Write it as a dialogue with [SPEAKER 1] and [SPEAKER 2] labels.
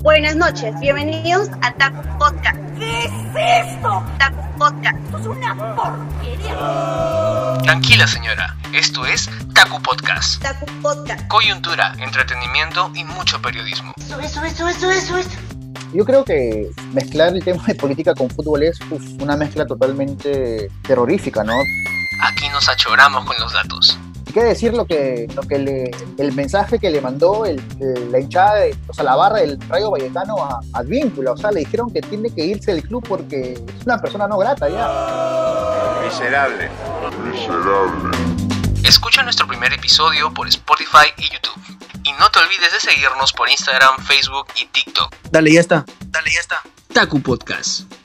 [SPEAKER 1] Buenas noches, bienvenidos a Taco Podcast.
[SPEAKER 2] ¿Qué es esto?
[SPEAKER 1] Taco Podcast.
[SPEAKER 2] Esto es una porquería.
[SPEAKER 3] Tranquila señora, esto es Taku Podcast.
[SPEAKER 1] Taco Podcast.
[SPEAKER 3] Coyuntura, entretenimiento y mucho periodismo.
[SPEAKER 2] Eso, eso, eso, eso, eso, eso.
[SPEAKER 4] Yo creo que mezclar el tema de política con fútbol es uf, una mezcla totalmente terrorífica, ¿no?
[SPEAKER 3] Aquí nos achoramos con los datos.
[SPEAKER 4] Hay que decir lo que, lo que le- el mensaje que le mandó el- el- la hinchada, de- o sea, la barra del Rayo Vallecano a, a Advíncula. O sea, le dijeron que tiene que irse del club porque es una persona no grata ya.
[SPEAKER 5] Miserable.
[SPEAKER 3] Escucha nuestro primer episodio por Spotify y YouTube. Y no te olvides de seguirnos por Instagram, Facebook y TikTok.
[SPEAKER 6] Dale, ya está.
[SPEAKER 3] Dale, ya está. Taku Podcast.